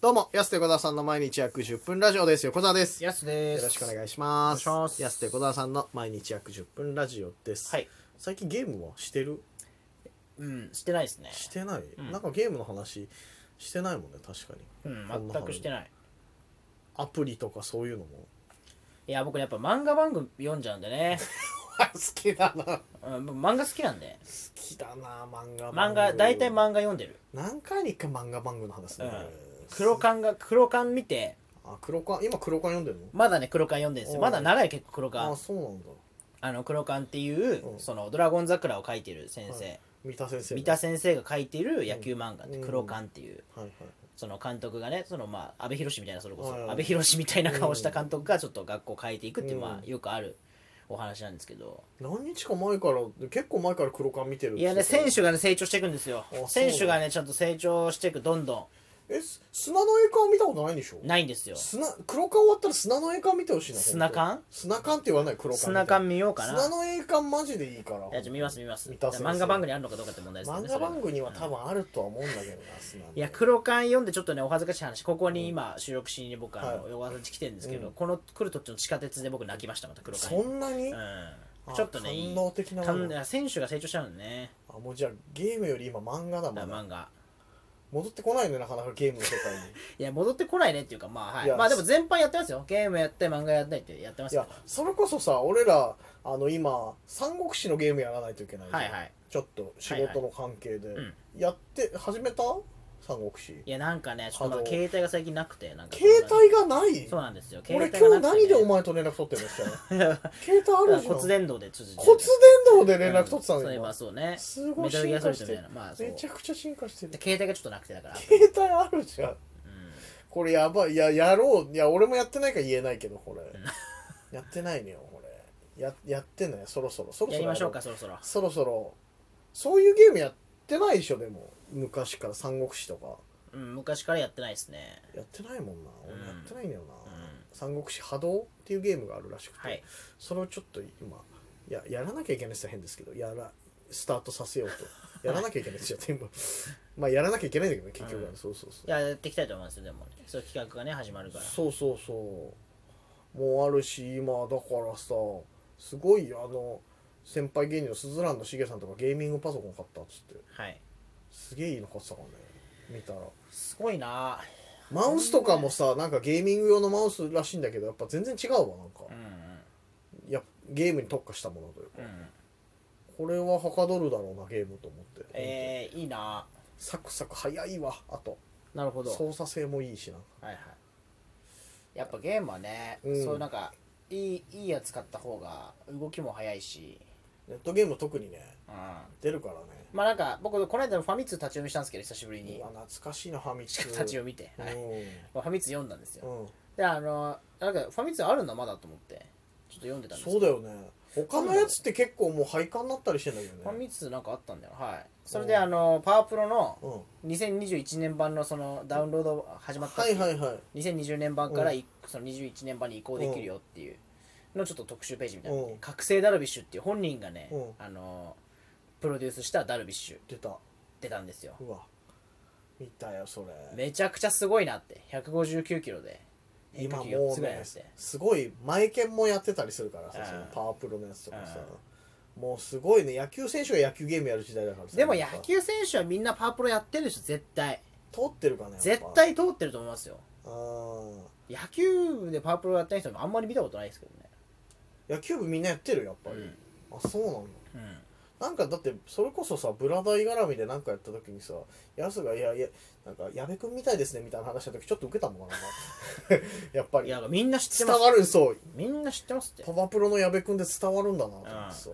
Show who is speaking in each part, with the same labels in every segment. Speaker 1: どうも、安手小沢さんの毎日約10分ラジオです。横澤です。よ
Speaker 2: やすです。
Speaker 1: ろしくお
Speaker 2: い。
Speaker 1: 願いします。
Speaker 2: お願いします
Speaker 1: 安手小沢さんの毎日約10分ラジオです。
Speaker 2: はい。
Speaker 1: 最近ゲームはしてる
Speaker 2: うん、してないですね。
Speaker 1: してない、
Speaker 2: ん
Speaker 1: なんかゲームの話してないもんね、確かに。
Speaker 2: うん、全くしてない。
Speaker 1: アプリとかそういうの も。
Speaker 2: いや、僕ねやっぱ漫画番組読んじゃうんでね。
Speaker 1: 好きだな。好
Speaker 2: うん、僕漫画好きなんで。
Speaker 1: きだな、漫画
Speaker 2: 漫画、大体漫画読んでる。
Speaker 1: 何回に一回漫画番組の話す
Speaker 2: う
Speaker 1: る
Speaker 2: ん
Speaker 1: ね。
Speaker 2: 黒缶が、黒缶見て、
Speaker 1: あ、黒缶、今黒缶読んでるの
Speaker 2: まだね、黒缶読んでるんですよ。
Speaker 1: おう
Speaker 2: まだ長い結構黒
Speaker 1: あ、
Speaker 2: 缶。
Speaker 1: そうなんだ。
Speaker 2: あの、黒缶っていう
Speaker 1: う、ん
Speaker 2: その、ドラゴン桜を描いてる先生。
Speaker 1: 三田先生の。
Speaker 2: 三田先生が描いてる野球漫画って
Speaker 1: うん
Speaker 2: 黒缶っていう、
Speaker 1: はいはい。
Speaker 2: その監督がね、そのまあ、安倍博みたいな、それこそ、
Speaker 1: はいはい
Speaker 2: 安倍博みたいな顔した監督がちょっと学校を変えていくっていう、
Speaker 1: うん
Speaker 2: まあ、よくあるお話なんですけど。
Speaker 1: 何日か前から、結構前から黒缶見てるって
Speaker 2: い
Speaker 1: 言
Speaker 2: や
Speaker 1: って
Speaker 2: ね、
Speaker 1: たよ
Speaker 2: 選手がね、成長していくんですよ
Speaker 1: あそう。
Speaker 2: 選手がね、ちゃんと成長していく、どんど
Speaker 1: えす砂の栄冠見たことないんでしょ
Speaker 2: ん、ないんですよ。
Speaker 1: 砂黒缶終わったら砂の栄冠見てほしいな
Speaker 2: 砂缶
Speaker 1: 砂缶って言わない黒缶
Speaker 2: 砂缶見ようか
Speaker 1: 砂
Speaker 2: な。
Speaker 1: の栄冠マジでいいから
Speaker 2: いや、ちょ見ます見ます。
Speaker 1: 見た先生
Speaker 2: 漫画番組にあるのかどうかって問題ですけど
Speaker 1: 漫
Speaker 2: ね。
Speaker 1: 画番
Speaker 2: それは
Speaker 1: 組には多分あるとは思うんだけどな砂の
Speaker 2: いや、黒缶読んでちょっとね、お恥ずかしい話、ここに今、収録しに僕、あ
Speaker 1: は
Speaker 2: の、横浜に来てるんですけ
Speaker 1: う
Speaker 2: ど、
Speaker 1: ん
Speaker 2: この来る途中の地下鉄で僕泣きました、また黒缶
Speaker 1: そ
Speaker 2: に。
Speaker 1: んなに、
Speaker 2: う
Speaker 1: あ
Speaker 2: ん。ちょっとね、い
Speaker 1: 感
Speaker 2: い
Speaker 1: 動的なも
Speaker 2: 感
Speaker 1: の
Speaker 2: 動選手が成長しちゃうのね、
Speaker 1: あもうじゃあゲームより今漫画だも
Speaker 2: だ
Speaker 1: ん、
Speaker 2: から漫画。
Speaker 1: 戻ってこないねなかなかゲームの世界 に
Speaker 2: いや、戻ってこないねっていうか、まあ、はいい。
Speaker 1: や
Speaker 2: まあでも全般やってますよ。ゲームやって、漫画やったりってやってま
Speaker 1: い
Speaker 2: すけ
Speaker 1: や
Speaker 2: ど。
Speaker 1: それこそさ俺らあの今三国志のゲームやらないといけないじゃん
Speaker 2: はいはい
Speaker 1: ちょっと仕事の関係で、
Speaker 2: いはいうん
Speaker 1: やって始めた三国志
Speaker 2: いやなんかねちょっと
Speaker 1: あ
Speaker 2: ま
Speaker 1: の
Speaker 2: だ携帯が最近なくてなんか
Speaker 1: 携帯がない
Speaker 2: そうなんですよ
Speaker 1: 俺今
Speaker 2: 携
Speaker 1: 日
Speaker 2: 帯がなく
Speaker 1: 何
Speaker 2: て
Speaker 1: でお前と連絡取 ってるんですか携帯あるじゃん
Speaker 2: 骨伝導でちょっと
Speaker 1: 骨伝導で連絡取ってた
Speaker 2: うん
Speaker 1: の
Speaker 2: そういえ
Speaker 1: よ
Speaker 2: ばそうね
Speaker 1: すごい
Speaker 2: メタルギ
Speaker 1: 進
Speaker 2: アソ
Speaker 1: 化
Speaker 2: リッ
Speaker 1: して
Speaker 2: ドみたい
Speaker 1: る
Speaker 2: なまあそう
Speaker 1: めちゃくちゃ進化して
Speaker 2: で
Speaker 1: る
Speaker 2: 携帯がちょっとなくてだから
Speaker 1: 携帯あるじゃん
Speaker 2: う
Speaker 1: これやばいいややろういや俺もやってないから言えないけどこれやってないのよこれややってねそろそろそろそ
Speaker 2: ん
Speaker 1: ろ
Speaker 2: やりましょう
Speaker 1: や
Speaker 2: かそろそろ
Speaker 1: ろうそろそろそういうゲームやってないでしょでも昔から三国志とか
Speaker 2: うん昔からやってないですね
Speaker 1: やってないもんな俺
Speaker 2: うん
Speaker 1: やってないんだよな、
Speaker 2: うん
Speaker 1: 三国志波動っていうゲームがあるらしくて、
Speaker 2: はい
Speaker 1: それをちょっと今ややらなきゃいけないって変ですけどやらスタートさせようとやらなきゃいけないって言っちゃって今 まあやらなきゃいけないんだけどね結局は、
Speaker 2: うん
Speaker 1: そうそうそ
Speaker 2: いややっていきたいと思いますよでもねそういう企画がね始まる
Speaker 1: う
Speaker 2: から
Speaker 1: そうそうそうもうあるし今だからさすごいあの先輩芸人の鈴蘭のしげさんとかゲーミングパソコン買ったっつって
Speaker 2: はい
Speaker 1: すげえいいの買ってたからね見たら
Speaker 2: すごいな
Speaker 1: マウスとかもさなんかゲーミング用のマウスらしいんだけどやっぱ全然違うわなんか
Speaker 2: うんうん
Speaker 1: いやゲームに特化したものというか
Speaker 2: うん
Speaker 1: これははかどるだろうなゲームと思って、
Speaker 2: えーいいな
Speaker 1: サクサク早いわあと
Speaker 2: なるほど
Speaker 1: 操作性もいいしな
Speaker 2: はいはいやっぱゲームはねそううんいうなんかいいいいやつ買った方が動きも早いし
Speaker 1: ネットゲーム特にね
Speaker 2: うん
Speaker 1: 出るからね
Speaker 2: まあなんか僕この間ファミ通立ち読みしたんですけど久しぶりに
Speaker 1: うわ懐かしいなファミ
Speaker 2: 立
Speaker 1: チ
Speaker 2: ち読みて、
Speaker 1: う
Speaker 2: はい
Speaker 1: ん、
Speaker 2: まあファミ通読んだんですよ
Speaker 1: うん、
Speaker 2: であのなんかファミ通あるんだまだと思ってちょっと読んでたんで
Speaker 1: そ
Speaker 2: すけ
Speaker 1: う
Speaker 2: ど
Speaker 1: だよね他のやつって結構もう廃刊になったりしてんだけ
Speaker 2: フ
Speaker 1: ど
Speaker 2: ァ
Speaker 1: ね
Speaker 2: ミ通なんかあったんだよはいそれであのパワープロの
Speaker 1: うんは
Speaker 2: 2021年版のそのダウンロード始まったってい
Speaker 1: いうはいはい
Speaker 2: 2020年版から
Speaker 1: う
Speaker 2: いその21年版に移行できるよっていうのをちょっと特集ページみたいなのに、
Speaker 1: うん
Speaker 2: 覚醒ダルビッシュっていう本人がね、
Speaker 1: うん
Speaker 2: あのプロデュースしたダルビッシュ
Speaker 1: 出た
Speaker 2: 出たんですよ
Speaker 1: うわ見たよそれ
Speaker 2: めちゃくちゃすごいなって159キロで変化
Speaker 1: 今
Speaker 2: 球4
Speaker 1: も
Speaker 2: つ
Speaker 1: う
Speaker 2: ぐらいあ
Speaker 1: ね
Speaker 2: って
Speaker 1: すごい前剣もやってたりするからさ
Speaker 2: うん
Speaker 1: そのパワープロのやつとかさ
Speaker 2: う
Speaker 1: もうすごいね野球選手が野球ゲームやる時代だからさ
Speaker 2: でも
Speaker 1: やっ
Speaker 2: 野
Speaker 1: ぱ
Speaker 2: 球選手はみんなパワープロやってるでしょ絶対
Speaker 1: 通ってるかね
Speaker 2: 絶対通ってると思いますよ
Speaker 1: うん
Speaker 2: 野球でパワープロやってない人もあんまり見たことないですけどね
Speaker 1: 野球部みんなやってるやっぱり、あそうなのなんかだってそれこそさブラダイ絡みでなんかやった時にさやすが「いやいやなんか矢部君みたいですね」みたいな話した時ちょっとウケたもんかな やっぱ
Speaker 2: うん、い
Speaker 1: り
Speaker 2: やみんな知って
Speaker 1: 伝
Speaker 2: ます
Speaker 1: わるそう
Speaker 2: みんな知ってますって
Speaker 1: パワプロの矢部君で伝わるんだなと思ってさ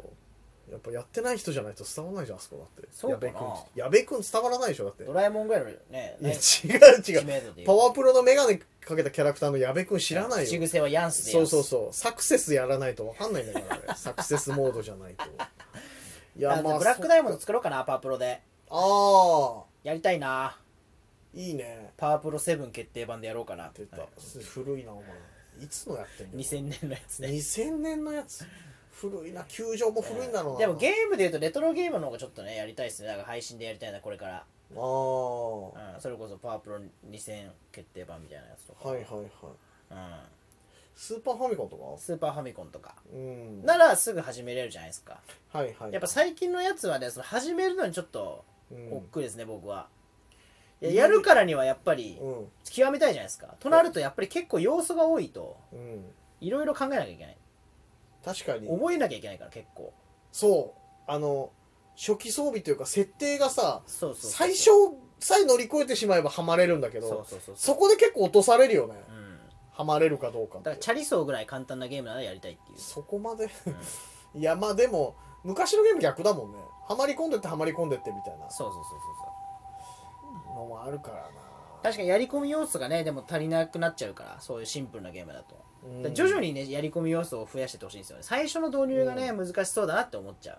Speaker 1: やっぱやってない人じゃないと伝わらないじゃんあそこだって
Speaker 2: そう
Speaker 1: 矢
Speaker 2: か
Speaker 1: 部
Speaker 2: な
Speaker 1: 君矢部君伝わらないでしょだって
Speaker 2: ドラえもんぐらいのね
Speaker 1: いや違う違
Speaker 2: 知
Speaker 1: う
Speaker 2: 名度で言う
Speaker 1: パワプロの眼鏡かけたキャラクターの矢部君知らないよ
Speaker 2: 口癖はヤンスで
Speaker 1: そうそう
Speaker 2: う
Speaker 1: そうサクセスやらないと分かんないんだからねサクセスモードじゃないとい
Speaker 2: あ
Speaker 1: や
Speaker 2: の
Speaker 1: まあ
Speaker 2: ブラックダイヤモンド作ろうかなパワープロで
Speaker 1: ああ
Speaker 2: やりたいな
Speaker 1: ーいいね
Speaker 2: パワープロ7決定版でやろうかな
Speaker 1: 出た、
Speaker 2: はい
Speaker 1: 古いなお前いつのやってんの
Speaker 2: 2000年のやつね
Speaker 1: 2000年のやつ古いな球場も古いんだろうな、
Speaker 2: でもゲームでいうとレトロゲームの方がちょっとねやりたいですねだから配信でやりたいなこれから
Speaker 1: ああは
Speaker 2: うん、それこそパワープロ2000決定版みたいなやつとか、
Speaker 1: いはいはい
Speaker 2: うん、
Speaker 1: スーパーファミコンとか
Speaker 2: スーパーファミコンとか
Speaker 1: うん
Speaker 2: ならすぐ始めれるじゃないですか
Speaker 1: はいはい
Speaker 2: やっぱ最近のやつはねその始めるのにちょっと
Speaker 1: うん
Speaker 2: 億劫ですね、僕はいや
Speaker 1: うん
Speaker 2: やるからにはやっぱり
Speaker 1: うん
Speaker 2: 極めたいじゃないですかとなるとやっぱり結構要素が多いと
Speaker 1: うん
Speaker 2: いろいろ考えなきゃいけない
Speaker 1: 確かに
Speaker 2: 覚えなきゃいけないから結構
Speaker 1: そうあの初期装備というか設定がさ
Speaker 2: そうそうそう
Speaker 1: 最初さえ乗り越えてしまえばハマれるんだけど
Speaker 2: そうそうそう
Speaker 1: そこで結構落とされるよね
Speaker 2: うん、
Speaker 1: ハマれるかどうかって
Speaker 2: だからチャリ走ぐらい簡単なゲームならやりたいっていう
Speaker 1: そこまで
Speaker 2: うん
Speaker 1: いやまあでも昔のゲーム逆だもんねハマり込んでってハマり込んでってみたいな
Speaker 2: そうそうそうそうそう
Speaker 1: のもあるから
Speaker 2: 確かにやり込み要素がねでも足りなくなっちゃうからそういうシンプルなゲームだと
Speaker 1: な、
Speaker 2: だから徐々
Speaker 1: に
Speaker 2: にねやり込み要素を増やしてってほしいんですよね最初の導入がね、難しそうだなって思っちゃ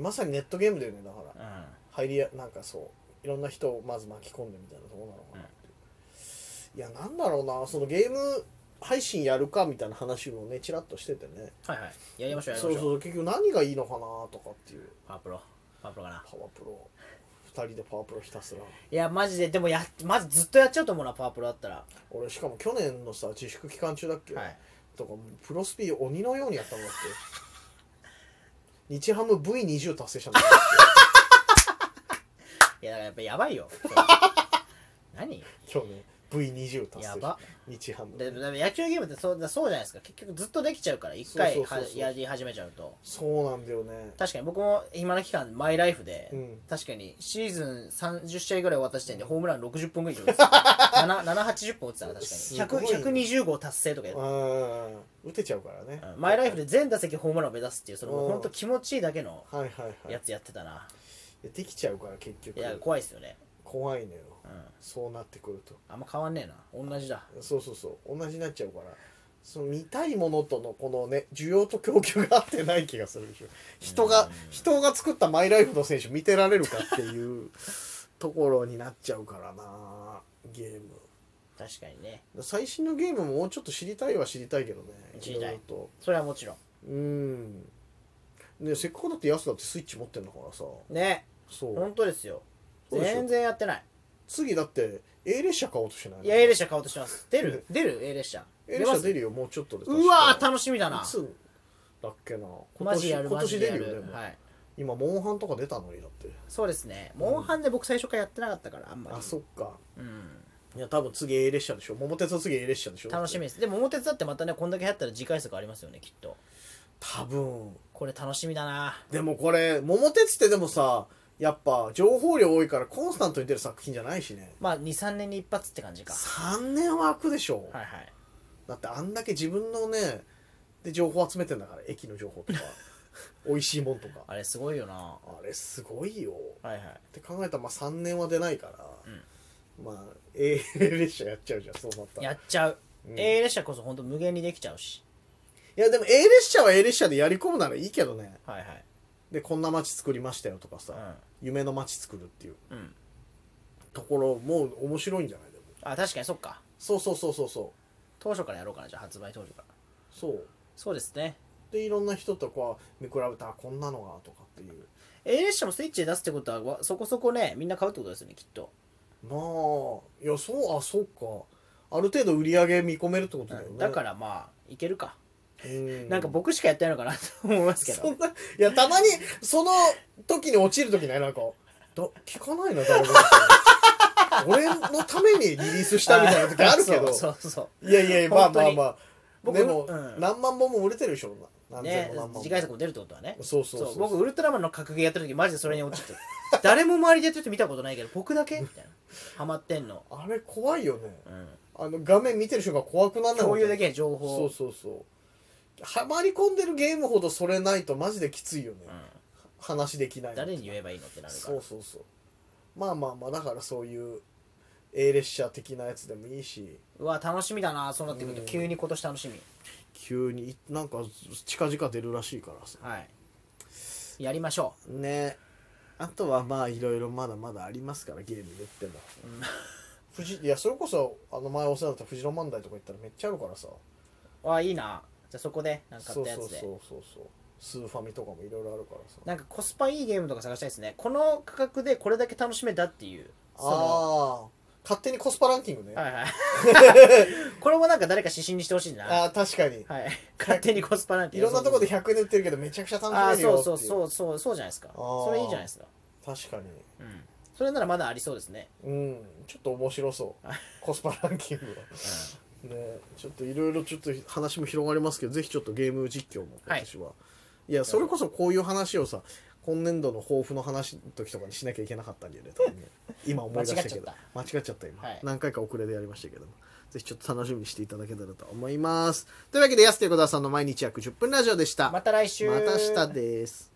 Speaker 1: まさにネットゲームだよねだから
Speaker 2: う、う
Speaker 1: 入りやなんかそういろんな人をまず巻き込んでみたいなとこなのかなっていう、いやなんだろうなそのゲーム配信やるかみたいな話もねちらっとしててね
Speaker 2: ん、はいはいやりましょうやり
Speaker 1: そ
Speaker 2: まし
Speaker 1: う
Speaker 2: ょう
Speaker 1: そう結局何がいいのかなとかっていう
Speaker 2: パワープロパワープロかな
Speaker 1: パワープロ2人でパワープロひたすら
Speaker 2: いやマジででもやまずずっとやっちゃうと思うなパワープロだったら
Speaker 1: 俺しかも去年のさ自粛期間中だっけ、
Speaker 2: はい
Speaker 1: とかもうプロスピー鬼のようにやったもんだって日ハム V20 達成したんだよ
Speaker 2: いやだからやっぱやばいよ 何
Speaker 1: 今日ね V20 達成
Speaker 2: や
Speaker 1: した
Speaker 2: ば
Speaker 1: 日ハム
Speaker 2: ででも野球ゲームってそうだそうじゃないですか結局ずっとできちゃうから一回
Speaker 1: そうそうそうそう
Speaker 2: はやり始めちゃうと
Speaker 1: そうなんだよね
Speaker 2: 確かに僕も今の期間マイライフで、
Speaker 1: うん
Speaker 2: 確かにシーズン30試合ぐらい終わった時点でホームラン60本ぐらい打 ってた 7- 780本打ってたから
Speaker 1: す
Speaker 2: 確
Speaker 1: ご
Speaker 2: か
Speaker 1: い
Speaker 2: に
Speaker 1: ね
Speaker 2: 100 120号達成とかやっ
Speaker 1: うん打てちゃうからね
Speaker 2: たマイライフで全打席ホームランを目指すっていうそれもう本当気持ちいいだけの
Speaker 1: はいはいは
Speaker 2: や
Speaker 1: い
Speaker 2: つやってたな、
Speaker 1: できちゃうから結局
Speaker 2: いや怖いですよね、
Speaker 1: 怖いのよ
Speaker 2: うん、
Speaker 1: そうなってくると
Speaker 2: あんま変わんねえな同じだ
Speaker 1: そうそうそう同じになっちゃうからその見たいものとのこのね需要と供給が合ってない気がするでしょ人が人が作ったマイライフの選手見てられるかっていう ところになっちゃうからなゲーム
Speaker 2: 確かにね
Speaker 1: 最新のゲームももうちょっと知りたいは知りたいけどね
Speaker 2: 知りた
Speaker 1: ろ
Speaker 2: い
Speaker 1: ろと
Speaker 2: それはもちろん
Speaker 1: うんねせっかくだってヤスだってスイッチ持ってんだからさ
Speaker 2: ね
Speaker 1: そう
Speaker 2: 本当ですよ
Speaker 1: そうでしょ
Speaker 2: 全然やってない
Speaker 1: 次だって A 列車買おうとしてない
Speaker 2: いや A 列車買おうとしてます出る出る A 列車
Speaker 1: A 列車
Speaker 2: ます
Speaker 1: 出るよもうちょっとで
Speaker 2: うわ
Speaker 1: 確
Speaker 2: ー
Speaker 1: か
Speaker 2: 楽しみだない
Speaker 1: つだっけな今
Speaker 2: マジ
Speaker 1: 年
Speaker 2: やる
Speaker 1: 今
Speaker 2: マ
Speaker 1: 年
Speaker 2: ジで
Speaker 1: 出
Speaker 2: や
Speaker 1: るよ
Speaker 2: る
Speaker 1: でも、
Speaker 2: はい
Speaker 1: 今モンハンとか出たのにだって
Speaker 2: そうですねモンハンで僕最初からやってなかったからあんまり
Speaker 1: あそっか
Speaker 2: うん
Speaker 1: いや多分次 A 列車でしょ桃鉄の次 A 列車でしょ
Speaker 2: 楽しみですでも桃鉄だってまたねこんだけ流行ったら次回作ありますよねきっと
Speaker 1: 多分
Speaker 2: これ楽しみだな
Speaker 1: でもこれ桃鉄ってでもさやっぱ情報量多いからコンスタントに出る作品じゃないしね
Speaker 2: まあ23年に一発って感じか
Speaker 1: 3年は空くでしょ、
Speaker 2: はいはい
Speaker 1: だってあんだけ自分のねで情報集めてんだから駅の情 報とか美味しいもんとか
Speaker 2: あれすごいよな
Speaker 1: あれすごいよっ
Speaker 2: はいはい
Speaker 1: て考えたらまあ3年は出ないから、まあ A 列車やっちゃうじゃんそうなったら
Speaker 2: やっちゃう、
Speaker 1: うん
Speaker 2: A 列車こそ本当無限にできちゃうし
Speaker 1: いやでも A 列車は A 列車でやり込むならいいけどね
Speaker 2: はいはい
Speaker 1: でこんな街作りましたよとかさ、
Speaker 2: う、
Speaker 1: 夢の街作るっていうん
Speaker 2: うん、
Speaker 1: ところも面白いんじゃないでも
Speaker 2: あ確かにそっか
Speaker 1: そうそうそうそうそう
Speaker 2: 当初からやろうかなじゃあ発売当初から
Speaker 1: そう
Speaker 2: そうですね
Speaker 1: でいろんな人とこう見比べたらこんなのがとかっていう
Speaker 2: A 列車もスイッチで出すってことはわそこそこねみんな買うってことですよねきっと
Speaker 1: まあいやそうあそうかある程度売り上げ見込めるってことだよね
Speaker 2: だからまあいけるか、
Speaker 1: うん
Speaker 2: なんか僕しかやってないのかなと思いますけ
Speaker 1: そ
Speaker 2: ど
Speaker 1: んないやたまにその時に落ちる時ないなんかだ聞かないな誰も俺のためにリリースしたみたいな時あるけど
Speaker 2: そうそうそう
Speaker 1: いやいやいやまあ
Speaker 2: 本当
Speaker 1: まあ
Speaker 2: に
Speaker 1: まあ
Speaker 2: 僕
Speaker 1: でも、
Speaker 2: うん
Speaker 1: 何万本も売れてるでしょ何千
Speaker 2: ね
Speaker 1: も何万
Speaker 2: 次
Speaker 1: 本
Speaker 2: 回作も出るってことはね
Speaker 1: そうそうそうそう
Speaker 2: 僕ウルトラマンの格ゲーやってる時マジでそれに落ちてる誰も周りでやってる人見たことないけど僕だけみたいなハマってんの、
Speaker 1: あれ怖いよね
Speaker 2: うん、
Speaker 1: あの画面見てる人が怖くなんない
Speaker 2: 共有でき
Speaker 1: ない
Speaker 2: ない情報
Speaker 1: そうそうそうはまり込んでるゲームほどそれないとマジできついよね、
Speaker 2: うん
Speaker 1: 話できない
Speaker 2: 誰に言えばいいのってなるから
Speaker 1: そうそうそうまあまあまあだからそういう A 列車的なやつでもいいし
Speaker 2: うわ楽しみだなそうなってくると
Speaker 1: うん
Speaker 2: 急に今年楽しみ、
Speaker 1: 急になんか近々出るらしいからさ
Speaker 2: はいやりましょ
Speaker 1: ねあとはまあいろいろまだまだありますからゲーム言っても、富士いやそれこそあの前お世話になった藤野漫才とか行ったらめっちゃあるからさ
Speaker 2: うわいいなじゃあそこでなんか買ったや
Speaker 1: そ
Speaker 2: つで
Speaker 1: うそうそうそうそうスーファミとかもいろいろあるからさ
Speaker 2: なんかコスパいいゲームとか探したいですねこの価格でこれだけ楽しめたっていうその
Speaker 1: ああ勝手にコスパランキングね
Speaker 2: はい はいこれもなんか誰か指針にしてほしいなは
Speaker 1: ああ確かに
Speaker 2: い勝手にコスパなんて
Speaker 1: いろんなとこで
Speaker 2: で
Speaker 1: 100円で売ってるけどめちゃくちゃ楽
Speaker 2: ああ
Speaker 1: しめるよ
Speaker 2: そ
Speaker 1: っていうう
Speaker 2: そうそうそうそうじゃないですか
Speaker 1: あー
Speaker 2: それいいじゃないですか
Speaker 1: 確かに
Speaker 2: うんそれならまだありそうですね
Speaker 1: うんちょっと面白 そうコスパランキングはねちょっといろいろちょっと話も広がりますけどぜひちょっとゲーム実況も
Speaker 2: はい
Speaker 1: 私は、い、やそれこそこういう話をさ今年度の抱負の話の時とかにしなきゃいけなかったんだよね多分 ね今思い出したけど間違っちゃった今、
Speaker 2: はい
Speaker 1: 何回か遅れでやりましたけどもぜひちょっと楽しみにしていただけたらと思いますというわけで安手小田さんの毎日約10分ラジオでした
Speaker 2: また来週
Speaker 1: また明日です